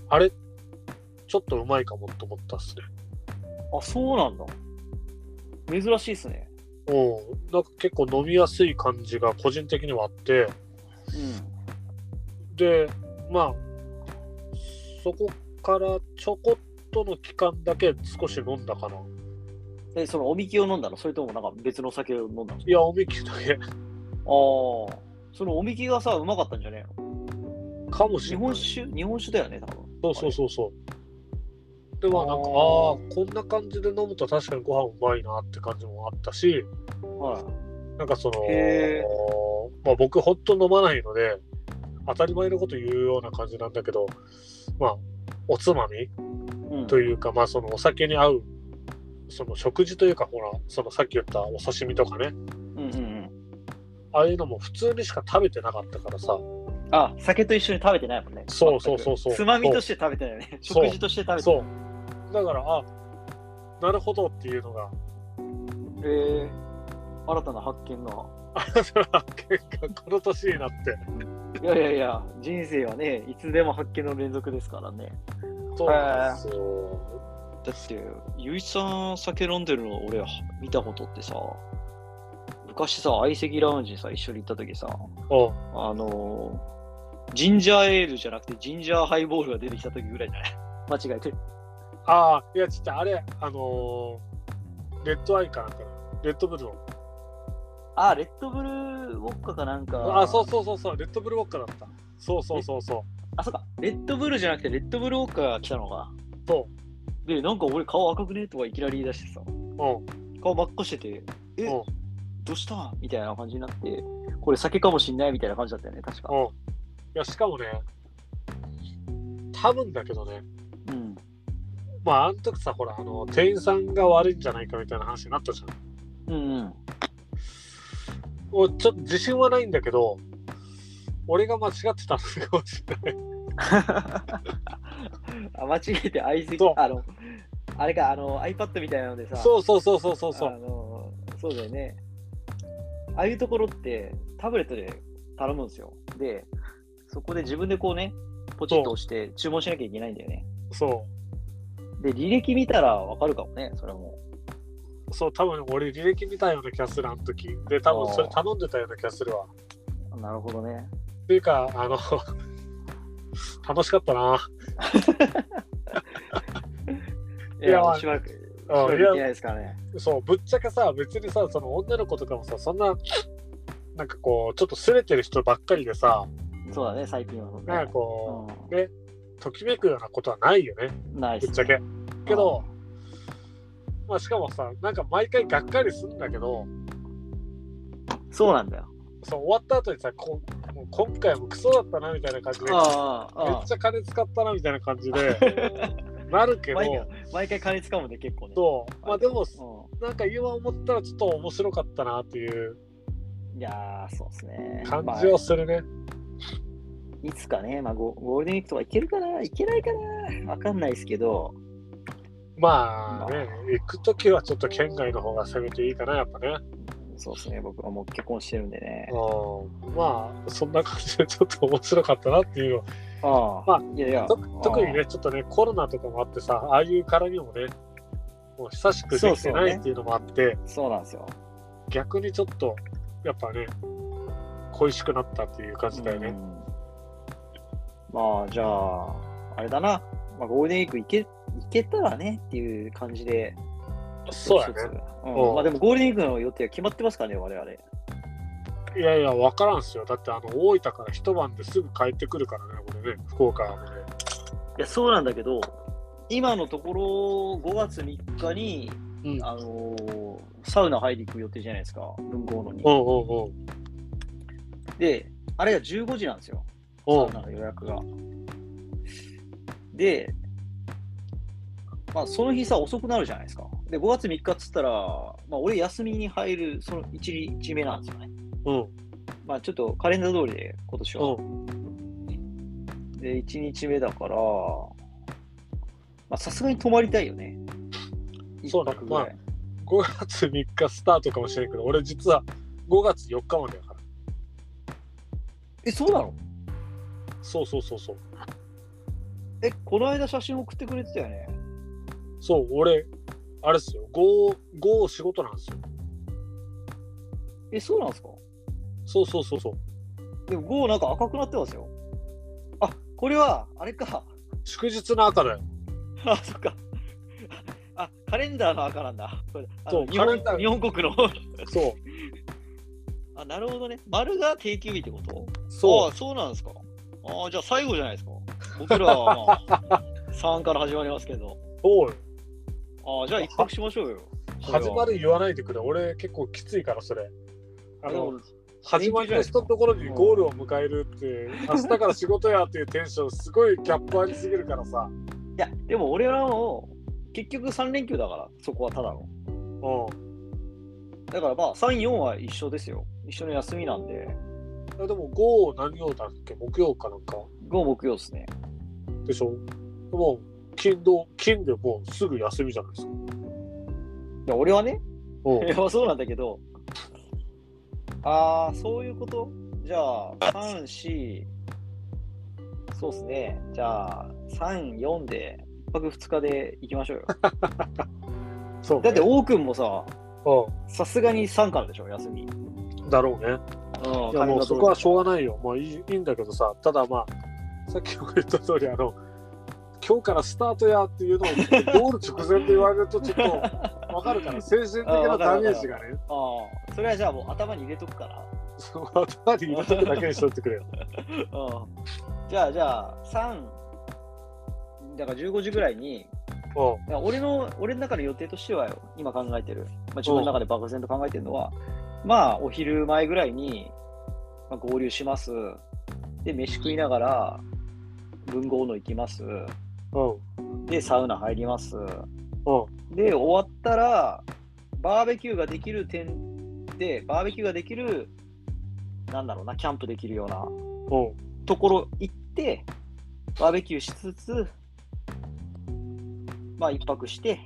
Speaker 2: あれ、ちょっとうまいかもと思ったっすね。
Speaker 1: あ、そうなんだ。珍しいっすね。
Speaker 2: うん。なんか結構飲みやすい感じが個人的にはあって、
Speaker 1: うん。
Speaker 2: で、まあ、そこからちょこっとの期間だけ少し飲んだかな。
Speaker 1: え、そのおみきを飲んだのそれともなんか別のお酒を飲んだのあ
Speaker 2: いや、おみきだけ
Speaker 1: あ。そのおみきがさ、うまかったんじゃねえの
Speaker 2: かもし
Speaker 1: 日
Speaker 2: れない。
Speaker 1: 本酒日本酒だよね、多分。
Speaker 2: そうそうそうそう。で、まあなんか、あ
Speaker 1: あ
Speaker 2: あー、こんな感じで飲むと確かにご飯うまいなって感じもあったし、
Speaker 1: はい。
Speaker 2: なんかその
Speaker 1: へ、
Speaker 2: まあ僕ほんと飲まないので、当たり前のこと言うような感じなんだけど、まあ、おつまみ
Speaker 1: うん
Speaker 2: というか、まあそのお酒に合う、その食事というか、ほら、そのさっき言ったお刺身とかね、
Speaker 1: うんうんうん。
Speaker 2: ああいうのも普通にしか食べてなかったからさ、
Speaker 1: あ、酒と一緒に食べてないもんね。
Speaker 2: そうそうそうそ
Speaker 1: 全
Speaker 2: う
Speaker 1: くつまみとして食べてないよね。
Speaker 2: そう
Speaker 1: 食事として食べてない。
Speaker 2: そう。だから、あ、なるほどっていうのが、 [LAUGHS]
Speaker 1: えー、新たな発見が。
Speaker 2: 結果この年になっ
Speaker 1: い
Speaker 2: て。
Speaker 1: やいやいや、人生はね、いつでも発見の連続ですからね。
Speaker 2: そうなんですよ。
Speaker 1: だって、ゆういちさん酒飲んでるの俺は見たことってさ、昔さ、相席ラウンジにさ、一緒に行った時さ、
Speaker 2: うん
Speaker 1: あのージンジャーエールじゃなくてジンジャーハイボールが出てきた時ぐらいじゃない [LAUGHS] 間違えてる。
Speaker 2: ああ、いや、ちょっとあれ、あのーレッドアイかなんかな、レッドブルの。
Speaker 1: あ、レッドブルウォッカかなんか。
Speaker 2: ああ、そうそうそうそう、レッドブルウォッカだった。そうそうそうそう。
Speaker 1: あ、そうか。レッドブルじゃなくて、レッドブルウォッカーが来たのが。
Speaker 2: そ
Speaker 1: で、なんか俺顔赤くねとかいきなり言い出してさ、
Speaker 2: うん。
Speaker 1: 顔真っ赤してて、え、
Speaker 2: うん
Speaker 1: どうしたみたいな感じになって、これ酒かもしんないみたいな感じだったよね、確か。
Speaker 2: うん。いや、しかもね、多分だけどね、
Speaker 1: うん。
Speaker 2: まあ、あの時さ、ほら、あの、店員さんが悪いんじゃないかみたいな話になったじゃん。
Speaker 1: うんうん。
Speaker 2: もうちょっと自信はないんだけど、俺が間違ってたのかもしれない。
Speaker 1: あ間違えて相
Speaker 2: そ
Speaker 1: 席、
Speaker 2: う
Speaker 1: あの、あれか、あの iPad みたいなのでさ、
Speaker 2: そうそうそうそうそうそ
Speaker 1: あ
Speaker 2: う。
Speaker 1: のそうだよね。ああいうところってタブレットで頼むんですよ。で、そこで自分でこうね、ポチッと押して注文しなきゃいけないんだよね。
Speaker 2: そ
Speaker 1: で、履歴見たらわかるかもね、それも。
Speaker 2: う。そう、多分俺履歴見たような気がする、あの時。で、多分それ頼んでたような気がするわ。
Speaker 1: なるほどね。
Speaker 2: っていうか、あの、 [LAUGHS] 楽しかったな。
Speaker 1: い
Speaker 2: いや
Speaker 1: や、
Speaker 2: ま
Speaker 1: も
Speaker 2: あ
Speaker 1: うしばらく、しばら
Speaker 2: うん
Speaker 1: く
Speaker 2: い
Speaker 1: 行って
Speaker 2: や、
Speaker 1: ないですからね。
Speaker 2: そう、ぶっちゃけさ、別にさ、その女の子とかもさ、そんな、なんかこう、ちょっとすれてる人ばっかりでさ、
Speaker 1: そうだね、最近は、
Speaker 2: なんか
Speaker 1: ね。
Speaker 2: こう、ね、ときめくようなことはないよね、
Speaker 1: うん、ない
Speaker 2: ぶ
Speaker 1: で
Speaker 2: っ
Speaker 1: す
Speaker 2: ちゃ
Speaker 1: ね。
Speaker 2: け。けど、まあしかもさ、なんか毎回がっかりするんだけど、
Speaker 1: そうなんだよ。
Speaker 2: そう、終わった後にさ、こうもう今回もクソだったな、みたいな感じで、めっ
Speaker 1: ああ、ああ
Speaker 2: ち。ゃ金使ったな、みたいな感
Speaker 1: [LAUGHS]
Speaker 2: じで、なるけど、
Speaker 1: 毎回、毎回金使うもんね、結構ね。
Speaker 2: そう、まあでも、
Speaker 1: う。
Speaker 2: なんか今思ったらちょっと面白かったなっていうん
Speaker 1: いやー、そうですね。
Speaker 2: 感
Speaker 1: まあ
Speaker 2: じはするね。
Speaker 1: いつかね、まあゴ、ゴールデンウィークとか行けるかな行けないかなわかんないですけど、
Speaker 2: まあね、行くときはちょっと県外の方が攻めていいかな、やっぱね。
Speaker 1: そうですね、僕はもう結婚してるんでね。
Speaker 2: うんまあそんな感じでちょっと面白かったなっていう
Speaker 1: あ
Speaker 2: ま
Speaker 1: あ、
Speaker 2: あ
Speaker 1: いやいや、
Speaker 2: と特にねちょっとねコロナとかもあってさああいう絡みもねもう久しくできて
Speaker 1: そうそう
Speaker 2: ない
Speaker 1: ね
Speaker 2: っていうのもあって
Speaker 1: ああそうなんですよ。
Speaker 2: 逆にちょっとやっぱね恋しくなったっていう感じだよ
Speaker 1: う
Speaker 2: ね、
Speaker 1: んまあ、じゃあ、あれだな、まあ、ゴールデンウィーク行け行けたらねっていう感じで、
Speaker 2: そうやね
Speaker 1: 一つ
Speaker 2: う
Speaker 1: うんん、まあでもゴールデンウィークの予定は決まってますからね、我々。
Speaker 2: いやいや分からんっすよだってあの大分から一晩ですぐ帰ってくるからねこれね福岡まで
Speaker 1: いや、そうなんだけど、今のところ、5月3日に、
Speaker 2: うん
Speaker 1: あのーサウナ入り行く予定じゃないですか、文豪のに。
Speaker 2: おうおう
Speaker 1: で、あれが15時なんですよ、
Speaker 2: おうおう
Speaker 1: サウナの予約が。で、まあ、その日さ、遅くなるじゃないですか。で、5月3日っつったら、まあ、俺、休みに入る、その1日目なんですよね。
Speaker 2: うん
Speaker 1: まあ、ちょっとカレンダー通りで、今年は。
Speaker 2: うん
Speaker 1: で、1日目だから、まあ、さすがに泊まりたいよね。
Speaker 2: そうね
Speaker 1: 一泊ぐらい。
Speaker 2: 5月3日スタートかもしれんけど俺実は5月4日までやから
Speaker 1: え、そうなの
Speaker 2: そうそうそうそう
Speaker 1: え、この間写真送ってくれてたよね。
Speaker 2: そう俺あれっすよ5五仕事なんですよ
Speaker 1: え、そうなんですか
Speaker 2: そうそうそうそう
Speaker 1: でも5なんか赤くなってますよ。あ、これは、あれか。
Speaker 2: 祝日の赤だよ
Speaker 1: あ、そっか。あ、カレンダーの赤なんだ。これあ
Speaker 2: そう
Speaker 1: の日
Speaker 2: カレンダー
Speaker 1: 本日本国の
Speaker 2: そ
Speaker 1: あ、なるほどね。丸が定休日ってこと
Speaker 2: うそ
Speaker 1: あそうなんですか。ああ、じゃあ最後じゃないですか。僕らは、まあ、3から始まりますけど。
Speaker 2: うそうよ
Speaker 1: ああ、じゃあ一泊しましょうよ。
Speaker 2: 始まる言わないでくれ俺結構きついからそれあ
Speaker 1: でも
Speaker 2: の始まりの人のところにゴールを迎えるって明日から仕事やっていうテンションすごいギャップありすぎるからさ
Speaker 1: いや、でも俺らも結局3連休だから、そこはただの。
Speaker 2: う
Speaker 1: だからまあ、3、4は一緒ですよ。一緒の休みなんで、
Speaker 2: んでも5何曜だっけ木曜かなんか
Speaker 1: 5、木曜ですね。
Speaker 2: でしょもう金土金でもうすぐ休みじゃないですか
Speaker 1: いや、俺はね、
Speaker 2: う
Speaker 1: [LAUGHS] い
Speaker 2: ん
Speaker 1: や、そうなんだけど。ああ、そういうことじゃあ、3、4、そうですね。じゃあ、3、4で、1泊2日で行きましょうよ。
Speaker 2: そうね
Speaker 1: だって、王くんもさ、
Speaker 2: う
Speaker 1: さすがに3からでしょ、休み。
Speaker 2: んだろうね
Speaker 1: うん
Speaker 2: いやもうそこはしょうがないよ。もういいいいんだけどさ、ただまあ、さっきも言った通り、あの、今日からスタートやっていうのを、ゴール直前で言われるとちょっとわかるから、精神的なダメージがね、
Speaker 1: ああ、それはじゃあもう頭に入れとくから。
Speaker 2: その頭に入れとくだけにしとってくれよ。
Speaker 1: うん。じゃあ、じゃあ、3、だから15時ぐらいに、
Speaker 2: う
Speaker 1: いや俺の俺の中の予定としてはよ今考えてる、まあ、自分の中で漠然と考えてるのは、まあお昼前ぐらいに、まあ、合流しますで飯食いながら文豪の行きます
Speaker 2: ん、うん、
Speaker 1: でサウナ入ります
Speaker 2: うん、
Speaker 1: で終わったらバーベキューができる点でバーベキューができるなんだろうなキャンプできるような
Speaker 2: うん。
Speaker 1: ところ行ってバーベキューしつつまあ一泊して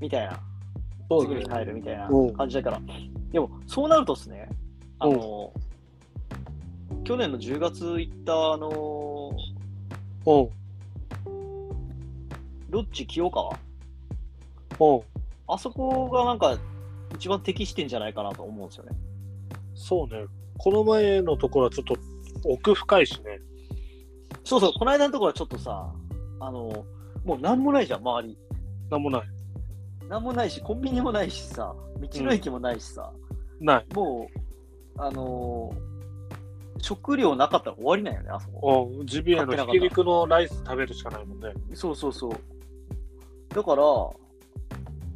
Speaker 1: みたいな
Speaker 2: そ
Speaker 1: すぐに帰るみたいな
Speaker 2: うん
Speaker 1: 感じだから、でもそうなるとですね、あの、去年の10月行った、あの、
Speaker 2: うん、
Speaker 1: ロッチ清川、
Speaker 2: うん。
Speaker 1: あそこがなんか一番適してんじゃないかなと思うんですよね。
Speaker 2: そうね。この前のところはちょっと奥深いしね。
Speaker 1: そうそう、この間のところはちょっとさ、あの、もうなんもないじゃん、周り。
Speaker 2: なんもない。
Speaker 1: なんもないし、コンビニもないしさ、道の駅もないしさ、
Speaker 2: ない。
Speaker 1: もう、あの、食料なかったら終わりなんよね、あそこ。
Speaker 2: うん。ジビエのひき肉のライス食べるしかないもんね。
Speaker 1: そうそうそう。だから、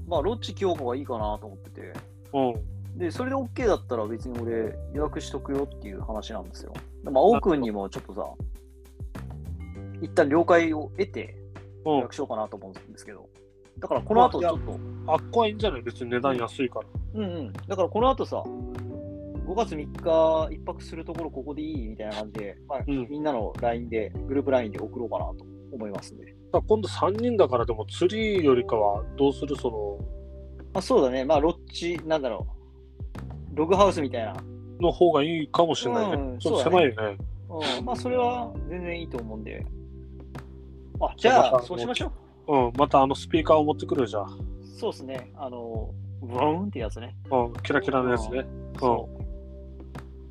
Speaker 1: まあ、ロッチ京子がいいかなと思ってて。
Speaker 2: うん。
Speaker 1: で、それで OK だったら別に俺予約しとくよっていう話なんですよ。まあ、王くんにもちょっとさ、一旦了解を得て
Speaker 2: う
Speaker 1: 予
Speaker 2: ん
Speaker 1: 約。しようかなと思うんですけど。だからこの後ちょっと、
Speaker 2: あっこはいいんじゃない別に値段安いか
Speaker 1: う
Speaker 2: ら。
Speaker 1: んうん。だからこの後さ、5月3日一泊するところここでいいみたいな感じで、まあ、
Speaker 2: うん
Speaker 1: みんなの LINE で、グループ LINE で送ろうかなと思いますんで。
Speaker 2: まあ今度3人だからでも釣りよりかはどうするそ
Speaker 1: まあ、そうだね、まあ、ロッチ、なんだろう、ログハウスみたいな。
Speaker 2: の方がいいかもしれないね。
Speaker 1: うん
Speaker 2: ちょっ
Speaker 1: そ
Speaker 2: と
Speaker 1: うだ
Speaker 2: 狭いよね。
Speaker 1: うん、まあ、それは全然いいと思うんで。あ、じゃあ、そうしましょう。
Speaker 2: うん、またあのスピーカーを持ってくるよじゃあ。
Speaker 1: そうですね。あの、ブローンってやつね。
Speaker 2: うん、キラキラのやつね。
Speaker 1: そう。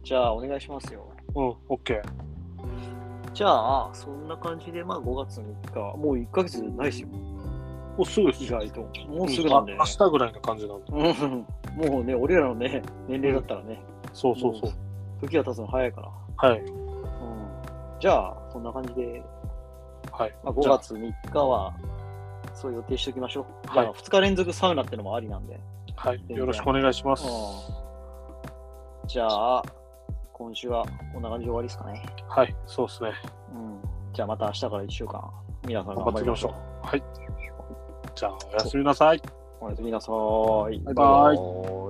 Speaker 1: じゃあ、お願いしますよ。
Speaker 2: うん、オッケー。
Speaker 1: じゃあ、そんな感じで、まあ、5月3日、もう1ヶ月ないですよ、
Speaker 2: もうすぐ
Speaker 1: 意
Speaker 2: し
Speaker 1: 外と。もうすぐなんで、ね
Speaker 2: 明。日ぐらいな感じなんだ。
Speaker 1: うんもうね、俺らのね、年齢だったらね、
Speaker 2: そうそうそう。
Speaker 1: 時が経つの早いから。
Speaker 2: はい。
Speaker 1: うん、じゃあ、そんな感じで、
Speaker 2: はい。
Speaker 1: まあ、5月3日は、そう予定しておきましょう。
Speaker 2: はい
Speaker 1: まあ2日連続サウナってのもありなんで。
Speaker 2: はい。よろしくお願いします。
Speaker 1: うんじゃあ、今週はこんな感じで終わりですかね。
Speaker 2: はい。そうですね。
Speaker 1: うん、じゃあ、また明日から1週間、皆さん頑
Speaker 2: 頑張
Speaker 1: 張
Speaker 2: って
Speaker 1: りま
Speaker 2: いきま
Speaker 1: し
Speaker 2: しょ
Speaker 1: ょ
Speaker 2: う。はい。じゃあ、おやすみなさい。
Speaker 1: う。おやすみなさーい。
Speaker 2: バイバイ
Speaker 1: イ。